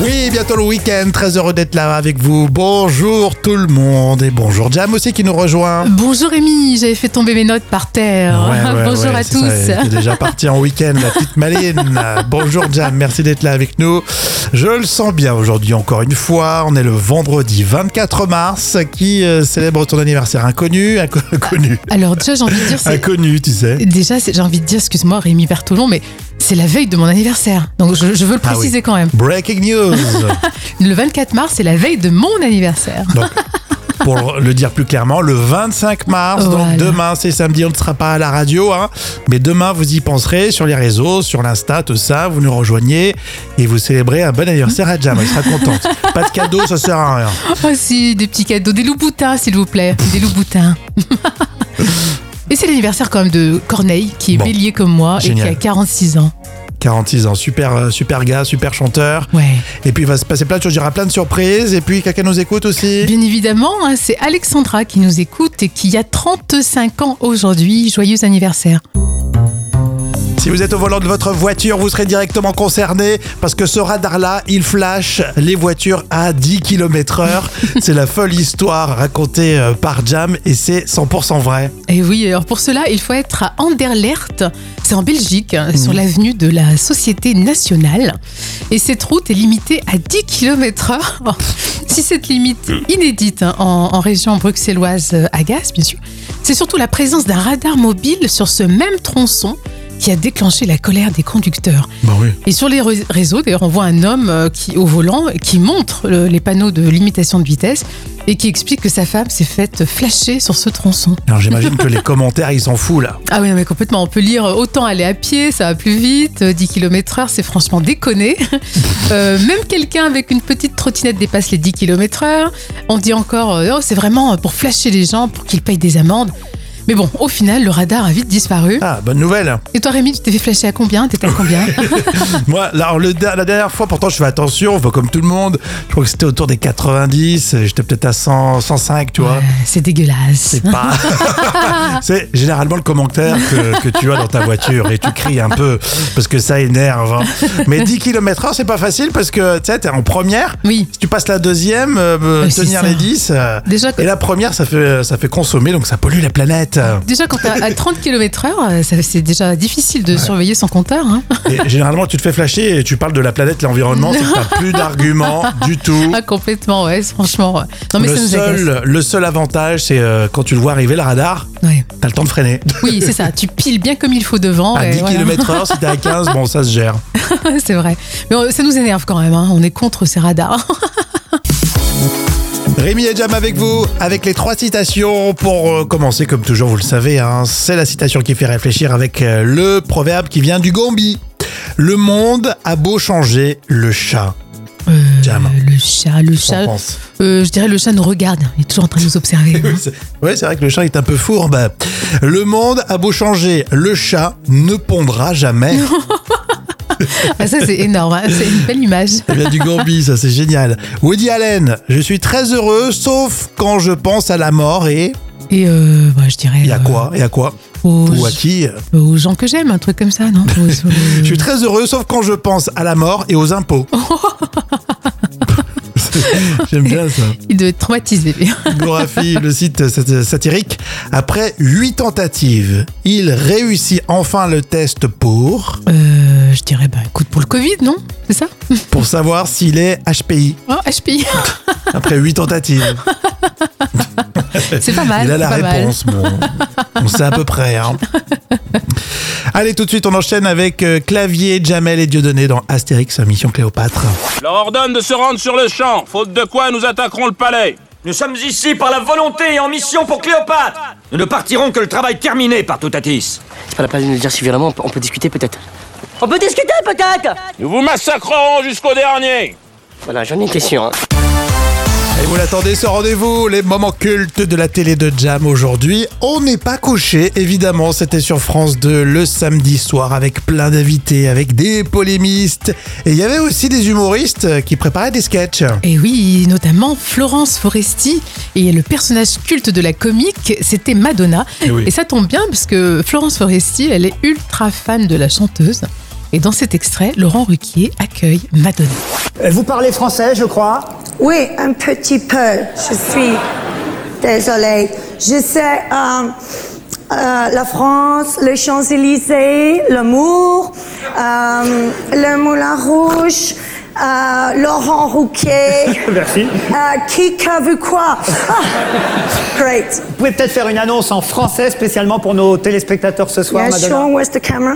Oui, bientôt le week-end, très heureux d'être là avec vous. Bonjour tout le monde et bonjour Jam aussi qui nous rejoint. Bonjour Rémi, j'avais fait tomber mes notes par terre. Ouais, ouais, Bonjour ouais, à c'est ça, tous. elle était déjà partie en week-end, la petite Maline. Bonjour Jam, merci d'être là avec nous. Je le sens bien aujourd'hui encore une fois. On est le vendredi 24 mars qui euh, célèbre ton anniversaire inconnu. inco- Inconnu. Alors déjà j'ai envie de dire, c'est... Inconnu, tu sais. déjà c'est- j'ai envie de dire, excuse-moi Rémi Bertolon, mais c'est la veille de mon anniversaire. Donc je, je veux le Ah oui. préciser quand même. Breaking news. Le 24 mars, c'est la veille de mon anniversaire. pour le dire plus clairement, le 25 mars. Voilà. Donc demain, c'est samedi, on ne sera pas à la radio, hein, mais demain, vous y penserez sur les réseaux, sur l'Insta, tout ça. Vous nous rejoignez et vous célébrez un bon anniversaire à Jam. Elle sera contente. pas de cadeau, ça sert à rien. Voici Ah, des petits cadeaux, des loups boutins s'il vous plaît, des loups boutins. Et c'est l'anniversaire quand même de Corneille, qui est Bon. bélier comme moi et Génial. qui a 46 ans. 46 ans, super, euh, super gars, super chanteur. Ouais. Et puis, il va se passer plein de choses. Il y aura plein de surprises. Et puis, quelqu'un nous écoute aussi. Bien évidemment, hein, c'est Alexandra qui nous écoute et qui a 35 ans aujourd'hui. Joyeux anniversaire. Si vous êtes au volant de votre voiture, vous serez directement concerné parce que ce radar-là, il flash les voitures à 10 km heure. c'est la folle histoire racontée euh, par Jam et c'est 100% vrai. Et Eh oui, alors pour cela, il faut être à Anderlecht, c'est en Belgique, hein, sur l'avenue de la Société Nationale. Et cette route est limitée à 10 km heure. si cette limite inédite hein, en, en région bruxelloise euh, agace, bien sûr, c'est surtout la présence d'un radar mobile sur ce même tronçon qui a déclenché la colère des conducteurs. Bah oui. Et sur les ré- réseaux, d'ailleurs, on voit un homme euh, qui, au volant qui montre le- les panneaux de limitation de vitesse et qui explique que sa femme s'est faite flasher sur ce tronçon. Alors j'imagine que les commentaires, ils s'en foutent là. Ah oui, non, mais complètement. On peut lire euh, autant aller à pied, ça va plus vite. euh, 10 km/h, c'est franchement déconné. Euh, même quelqu'un avec une petite trottinette dépasse les 10 km/h. On dit encore, euh, oh, c'est vraiment pour flasher les gens, pour qu'ils payent des amendes. Mais bon, au final, le radar a vite disparu. Ah, bonne nouvelle. Et toi, Rémi, tu t'es fait flasher à combien T'étais à combien Moi, là, alors, le, da- la dernière fois, pourtant, je fais attention, faut comme tout le monde. Je crois que c'était autour des 90, euh, j'étais peut-être à 100, 105, tu vois. Ouais, C'est dégueulasse. C'est pas. c'est généralement le commentaire que, que tu as dans ta voiture et tu cries un peu parce que ça énerve. hein. Mais 10 km/h, c'est pas facile parce que tu sais, t'es en première. Oui. Si tu passes la deuxième, euh, Ouais, c'est tenir ça. les 10. euh, Déjà, et la première, ça fait, ça fait consommer, donc ça pollue la planète. Déjà, quand t'es à 30 km/h, euh, ça- c'est déjà difficile de surveiller son compteur. hein. Et généralement, tu te fais flasher et tu parles de la planète, l'environnement, c'est que t'as plus d'arguments du tout. Ah, complètement, ouais, franchement. Non, mais le, ça nous agace. seul, le seul avantage, c'est euh, quand tu le vois arriver, le radar, Ouais. t'as le temps de freiner. Oui, c'est ça. Tu piles bien comme il faut devant. À et 10 voilà. km/h, si t'es à 15, bon, ça se gère. c'est vrai. Mais euh, ça nous énerve quand même. hein. On est contre ces radars. Rémi et Jam avec vous, avec les trois citations. Pour euh, commencer, comme toujours, vous le savez, hein, c'est la citation qui fait réfléchir avec euh, le proverbe qui vient du Gambie. Le monde a beau changer, le chat. Euh, Jam. le chat, le Qu'en chat. pense euh, je dirais le chat nous regarde. Il est toujours en train de nous observer. Oui, c'est ouais, c'est vrai que le chat est un peu fourbe. Le monde a beau changer, le chat ne pondra jamais. Ah, ça, c'est énorme. hein. C'est une belle image. Ça vient du Gambie, ça c'est génial. Woody Allen, je suis très heureux, sauf quand je pense à la mort et. Et euh, bah, je dirais. Et à euh, quoi Et à quoi aux, Ou à qui euh, aux gens que j'aime, un truc comme ça, non Aux- aux- Je suis très heureux, sauf quand je pense à la mort et aux impôts. J'aime bien ça. Il doit être traumatisé. Gorafi, le site sat- satirique. Après huit tentatives, il réussit enfin le test pour Euh, je dirais, bah écoute, pour le Covid, non C'est ça pour savoir s'il est HPI. Oh, HPI Après huit tentatives, C'est pas mal. il a la c'est pas mal. réponse. bon. on sait à peu près. hein. Allez, tout de suite, on enchaîne avec euh, Clavier, Jamel et Dieudonné dans Astérix Mission Cléopâtre. Je leur ordonne de se rendre sur le champ, faute de quoi nous attaquerons le palais. Nous sommes ici par la volonté et en mission pour Cléopâtre Nous ne partirons que le travail terminé par Toutatis C'est pas la peine de le dire si violemment, on peut, on peut discuter peut-être. On peut discuter peut-être Nous vous massacrerons jusqu'au dernier. Voilà, j'en étais sûr. hein. Et vous l'attendez, ce rendez-vous, les moments cultes de la télé de Jam aujourd'hui. On n'est pas couché, évidemment, c'était sur France 2 le samedi soir avec plein d'invités, avec des polémistes. Et il y avait aussi des humoristes euh, qui préparaient des sketchs. Et Eh oui, notamment Florence Foresti. Et le personnage culte de la comique, c'était Madonna. Eh oui. Et ça tombe bien parce que Florence Foresti, elle est ultra fan de la chanteuse. Et dans cet extrait, Laurent Ruquier accueille Madonna. Euh, Vous parlez français, je crois Oui, un petit peu. Je suis désolée. Je sais euh, euh, la France, les Champs-Élysées, l'amour, euh, le Moulin Rouge, euh, Laurent Rouquier. Merci. Euh, qui a vu quoi Ah, Great. Vous pouvez peut-être faire une annonce en français spécialement pour nos téléspectateurs ce soir, Yeah, Madonna. sure. Where's the camera?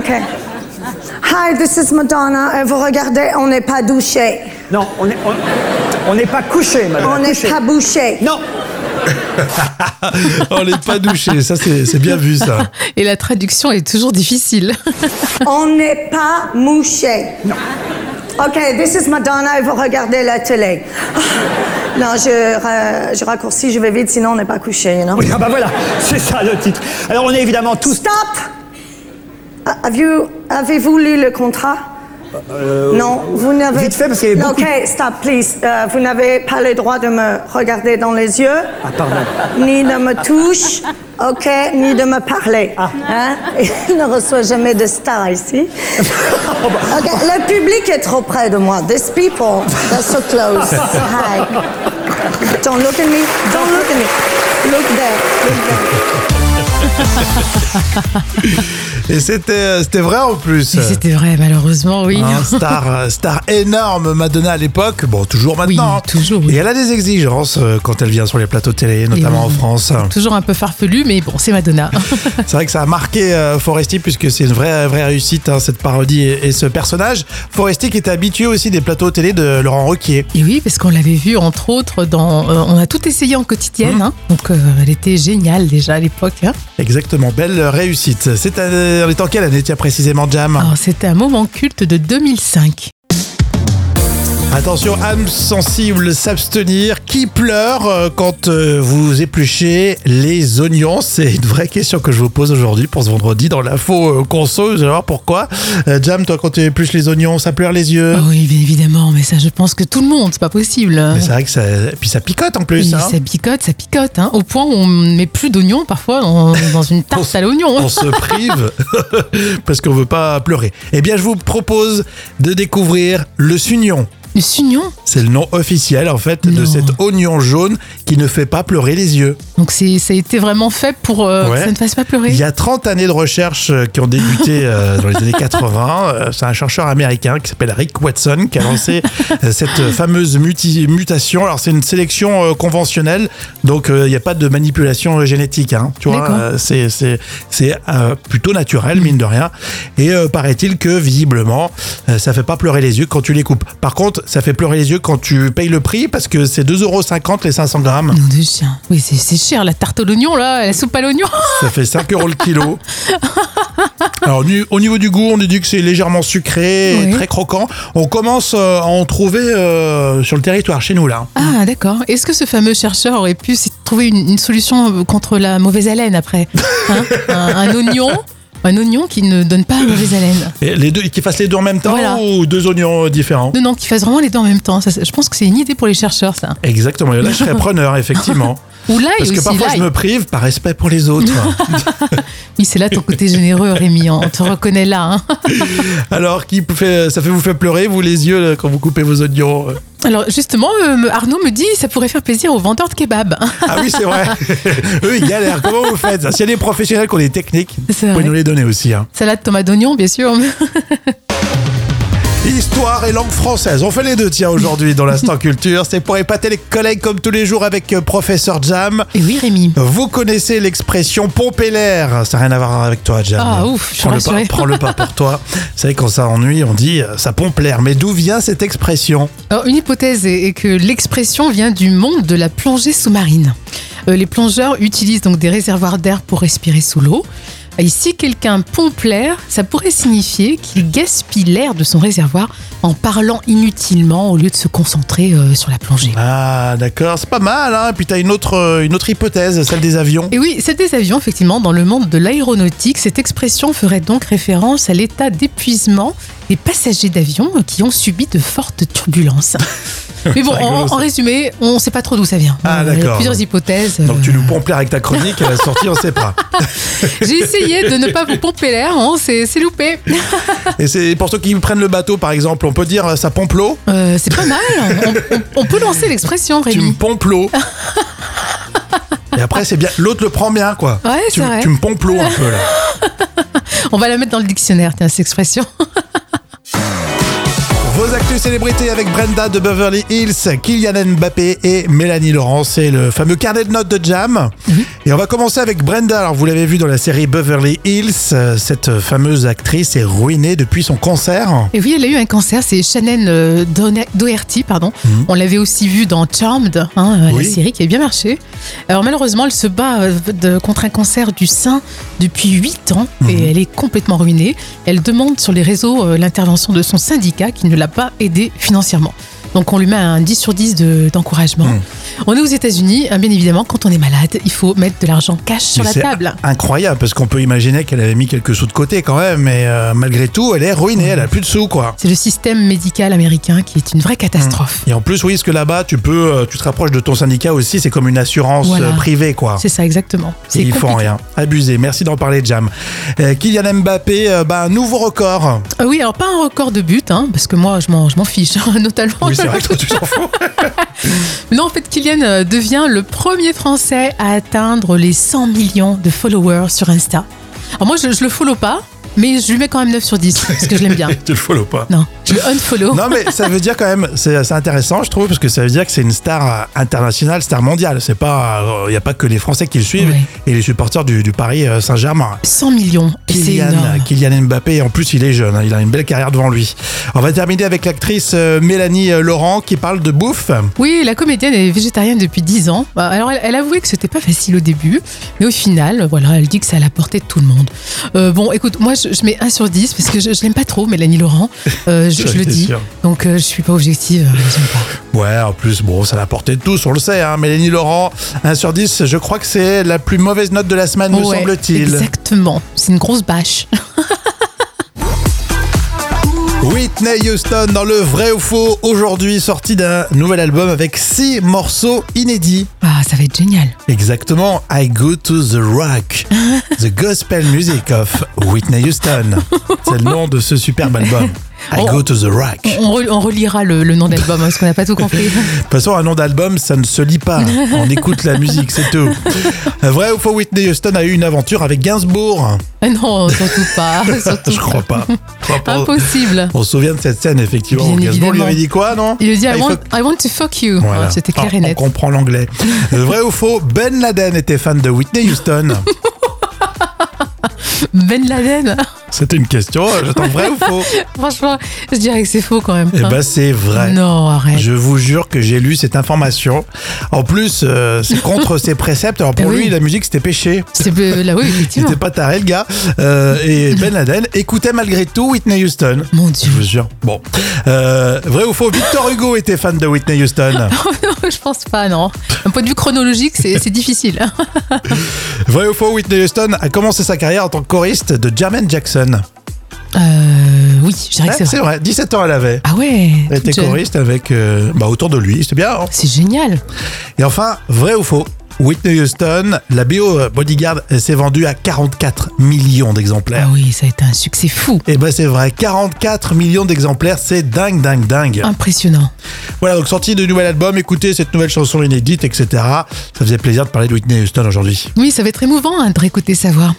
Okay. Hi, this is Madonna. Euh, Vous regardez, on n'est pas douché. Non, on est- on- on n'est pas couché, Madonna. On n'est couché. pas bouché. Non, On n'est pas douché, ça c'est c'est bien vu ça. Et la traduction est toujours difficile. On n'est pas mouché. Non. OK, this is Madonna et vous regardez la télé. Ah, non, je, ra- je raccourcis, je vais vite, sinon on n'est pas couché, you know? Oui, ah bah voilà, c'est ça le titre. Alors on est évidemment tous. Stop! Ah, have you- Avez-vous lu le contrat? non, vous n'avez. Euh, vite fait, parce qu'il y avait beaucoup OK, stop, please. Euh, vous n'avez pas le droit de me regarder dans les yeux, Ah pardon. ni de me toucher, OK, ni de me parler. Hein? Il ne reçoit jamais de star ici. OK, le public est trop près de moi. These people, they're so close. Hi. Don't look at me. Don't look at me. Look there. Look there. Et c'était euh, c'était vrai en plus. Et c'était vrai, malheureusement, oui. Hein, star, euh, star énorme Madonna à l'époque, bon toujours maintenant. Oui, toujours, oui. Et elle a des exigences euh, quand elle vient sur les plateaux télé, Et notamment en oui. France. Toujours un peu farfelu, mais bon, c'est Madonna. C'est vrai que ça a marqué euh, Foresti puisque c'est une vraie vraie réussite hein, cette parodie et, et ce personnage. Foresti qui était habitué aussi des plateaux télé de Laurent Ruquier. Et oui, parce qu'on l'avait vu entre autres dans. euh, on a tout essayé en Mmh. quotidienne, hein. donc euh, elle était géniale déjà à l'époque. hein. Exactement, belle réussite. C'est euh, on est en quelle année tiens précisément Jam Alors, C'était un moment culte de 2005. Attention, âme sensible, s'abstenir. Qui pleure euh, quand euh, vous épluchez les oignons C'est une vraie question que je vous pose aujourd'hui pour ce vendredi dans l'info euh, conso. Vous allez voir pourquoi. Euh, Jam, toi, quand tu épluches les oignons, ça pleure les yeux. Ah oui, bien évidemment, mais ça, je pense que tout le monde, c'est pas possible. Mais c'est vrai que ça. et Puis ça picote en Oui, plus. hein. ça picote, ça picote, hein, au point où on met plus d'oignons parfois dans, dans une tarte à l'oignon. hein. On se prive parce qu'on veut pas pleurer. Eh bien, je vous propose de découvrir le sugnon. Le sugnon, C'est le nom officiel en fait de Non. cet oignon jaune qui ne fait pas pleurer les yeux. donc c'est- ça a été vraiment fait pour euh, Ouais. que ça ne fasse pas pleurer. Il y a 30 années de recherche euh, qui ont débuté euh, dans les années 80. Euh, C'est un chercheur américain qui s'appelle Rick Watson qui a lancé euh, cette euh, fameuse muti- mutation. Alors c'est une sélection euh, conventionnelle, donc euh, il n'y a pas de manipulation euh, génétique. hein. tu vois, D'accord. euh, c'est c'est- c'est, euh, plutôt naturel mine de rien. Et euh, paraît-il que visiblement euh, ça fait pas pleurer les yeux quand tu les coupes. Par contre, ça fait pleurer les yeux quand tu payes le prix parce que c'est 2,50€ les 500 grammes. Nom de chien. Oui, c'est- c'est cher, la tarte à l'oignon, là, la soupe à l'oignon. Ça fait 5 euros le kilo. Alors, nu- au niveau du goût, on nous dit que c'est légèrement sucré, et Oui. très croquant. On commence euh, à en trouver euh, sur le territoire chez nous, là. Ah, d'accord. Est-ce que ce fameux chercheur aurait pu s'y trouver une, une solution euh, contre la mauvaise haleine après Hein un, un oignon un oignon qui ne donne pas la mauvaise haleine. Et les deux, qu'ils fassent les deux en même temps Voilà. ou deux oignons euh, différents Non, non, qui fasse vraiment les deux en même temps. Ça, c'est- je pense que c'est une idée pour les chercheurs, ça. Exactement. Et là, je serais preneur, effectivement. Ou l'ail Parce aussi. que parfois, l'ail. je me prive par respect pour les autres. Oui, c'est là ton côté généreux, Rémi. On te reconnaît là. hein. Alors, qui fait, ça fait vous fait pleurer, vous, les yeux, là, quand vous coupez vos oignons Alors, justement, euh, Arnaud me dit ça pourrait faire plaisir aux vendeurs de kebab. Ah oui, c'est vrai. Eux, ils galèrent. Comment vous faites ça S'il y a des professionnels qui ont des techniques, vous C'est pouvez vrai. nous les donner aussi. hein. Salade tomate d'oignon, bien sûr. Histoire et langue française. On fait les deux, tiens, aujourd'hui dans l'instant culture. C'est pour épater les collègues comme tous les jours avec euh, Professeur Jam. Et Eh oui, Rémi. Vous connaissez l'expression pomper l'air. Ça n'a rien à voir avec toi, Jam. Ah, ouf, je suis prends le, pas, rassurée. prends le pas pour toi. Vous savez, quand ça ennuie, on dit euh, ça pompe l'air. Mais d'où vient cette expression Alors, une hypothèse est est que l'expression vient du monde de la plongée sous-marine. Euh, les plongeurs utilisent donc des réservoirs d'air pour respirer sous l'eau. Et si quelqu'un pompe l'air, ça pourrait signifier qu'il gaspille l'air de son réservoir en parlant inutilement au lieu de se concentrer euh, sur la plongée. Ah, d'accord, c'est pas mal. Hein. Puis t'as une autre, euh, une autre hypothèse, celle des avions. Et oui, c'est des avions, effectivement, dans le monde de l'aéronautique. Cette expression ferait donc référence à l'état d'épuisement des passagers d'avions qui ont subi de fortes turbulences. Mais bon, C'est rigolo, en, ça. en résumé, on ne sait pas trop d'où ça vient. Ah, Euh, il y a d'accord. plusieurs hypothèses. Donc tu nous pompes l'air avec ta chronique, à la sortie, on sait pas. J'ai essayé de ne pas vous pomper l'air, hein, c'est c'est loupé. Et c'est pour ceux qui prennent le bateau, par exemple, on peut dire euh, ça pompe l'eau Euh, c'est pas mal. On, on- on peut lancer l'expression, Tu me Rémi. pompes l'eau. Et après, c'est bien. L'autre le prend bien, quoi. Ouais, tu, c'est vrai. tu me pompes l'eau un peu, là. On va la mettre dans le dictionnaire, tiens, cette expression. Vos actus célébrités avec Brenda de Beverly Hills, Kylian Mbappé et Mélanie Laurent. C'est le fameux carnet de notes de Jam. Mhm. Et on va commencer avec Brenda. Alors, vous l'avez vu dans la série Beverly Hills, euh, cette fameuse actrice est ruinée depuis son cancer. Et oui, elle a eu un cancer, c'est Shannon euh, Doherty, Doherty, pardon. On l'avait aussi vue dans Charmed, hein, euh, Mhm. Oui. la série qui a bien marché. Alors malheureusement, elle se bat euh, de- contre un cancer du sein depuis 8 ans Mhm. et elle est complètement ruinée. Elle demande sur les réseaux euh, l'intervention de son syndicat qui ne l'a pas aidée financièrement. Donc on lui met un 10 sur 10 de- d'encouragement. Mhm. On est aux États-Unis, hein, bien évidemment, quand on est malade, il faut mettre de l'argent cash sur Mais la c'est table. Incroyable, parce qu'on peut imaginer qu'elle avait mis quelques sous de côté quand même, mais euh, malgré tout, elle est ruinée, elle a plus de sous, quoi. C'est le système médical américain qui est une vraie catastrophe. Et en plus, oui, parce que là-bas, tu peux, euh, tu te rapproches de ton syndicat aussi, c'est comme une assurance Voilà. euh, privée, quoi. C'est ça, exactement. Et C'est ils font compliqué. rien. Abusé. Merci d'en parler, Jam. Euh, Kylian Mbappé, euh, bah, un nouveau record. Ah oui, alors pas un record de but, hein, parce que moi je m'en, je m'en fiche hein, totalement. Oui, c'est vrai que toi, tu t'en fous. non, en fait, Kylian euh, devient le premier Français à atteindre les 100 millions de followers sur Insta. Alors moi je, je le follow pas, mais je lui mets quand même 9 sur 10, parce que je l'aime bien. tu le follow pas. Non, je le unfollow. Non, mais ça veut dire quand même, c'est c'est intéressant, je trouve, parce que ça veut dire que c'est une star euh, internationale, star mondiale. C'est pas, euh, il n'y a pas que les Français qui le suivent Ouais. et les supporters du, du Paris euh, Saint-Germain. 100 millions, et c'est énorme. Kylian, euh, Kylian Mbappé, et en plus il est jeune, hein, il a une belle carrière devant lui. On va terminer avec l'actrice euh, Mélanie euh, Laurent qui parle de bouffe. Oui, la comédienne est végétarienne depuis 10 ans. Bah, Alors, elle, elle avouait que c'était pas facile au début, mais au final, voilà, elle dit que ça l'a porté de tout le monde. Euh, bon, écoute, moi, je, je mets 1 sur 10 parce que je, je l'aime pas trop, Mélanie Laurent. Euh, je, J'en je le étais dis. sûr. Donc, euh, je suis pas objective. euh, j'aime pas. Ouais, en plus, bon, ça l'a porté de tous, on le sait. Hein. Mélanie Laurent, 1 sur 10, je crois que c'est la plus mauvaise note de la semaine, me Ouais, semble-t-il. Exactement. C'est une grosse bâche. Whitney Houston dans le vrai ou faux, aujourd'hui sortie d'un nouvel album avec 6 morceaux inédits. Ah, ça va être génial. Exactement, I Go to the Rock, The Gospel Music of Whitney Houston. C'est le nom de ce superbe album. I Oh. Go to the Rock. On, re- on relira le, le nom d'album hein, parce qu'on n'a pas tout compris. De toute façon, un nom d'album, ça ne se lit pas. On écoute la musique, c'est tout. Vrai ou faux, Whitney Houston a eu une aventure avec Gainsbourg Ah non, surtout pas. surtout Je crois pas. Je crois pas. pas. Impossible. On se souvient de cette scène, effectivement. Bien où Gainsbourg lui évidemment. avait dit quoi, non Il lui dit Ah, I il want, faut- I want to fuck you. Voilà. C'était clair et Ah, net. On comprend l'anglais. Euh, Vrai ou faux, Ben Laden était fan de Whitney Houston Ben Laden. C'était une question, euh, j'attends vrai ou faux Franchement, je dirais que c'est faux quand même. Eh Hein. ben, c'est vrai. Non, arrête. Je vous jure que j'ai lu cette information. En plus, euh, c'est contre ses préceptes. Alors pour Eh oui. lui, la musique, c'était péché. C'est euh, là, oui, Il effectivement. était pas taré, le gars. Euh, et Ben Laden écoutait malgré tout Whitney Houston. Mon Dieu. Je vous jure. Bon. Euh, vrai ou faux, Victor Hugo était fan de Whitney Houston. je pense pas, non. D'un point de vue chronologique, c'est c'est difficile. hein. Vrai ou faux, Whitney Houston a commencé sa carrière en tant que choriste de Jermaine Jackson. Euh, oui, je dirais Ouais, que c'est vrai. 17 ans elle avait. Ah ouais. Elle toute était jeune. choriste avec euh, bah, autour de lui, c'était bien. hein. C'est génial. Et enfin, vrai ou faux Whitney Houston, la BO euh, Bodyguard elle s'est vendue à 44 millions d'exemplaires. Ah oui, ça a été un succès fou. Et ben c'est vrai, 44 millions d'exemplaires, c'est dingue, dingue, dingue. Ah. Impressionnant. Voilà, donc sortie de nouvel album, écoutez cette nouvelle chanson inédite, etc. Ça faisait plaisir de parler de Whitney Houston aujourd'hui. Oui, ça va être émouvant hein, de réécouter sa voix.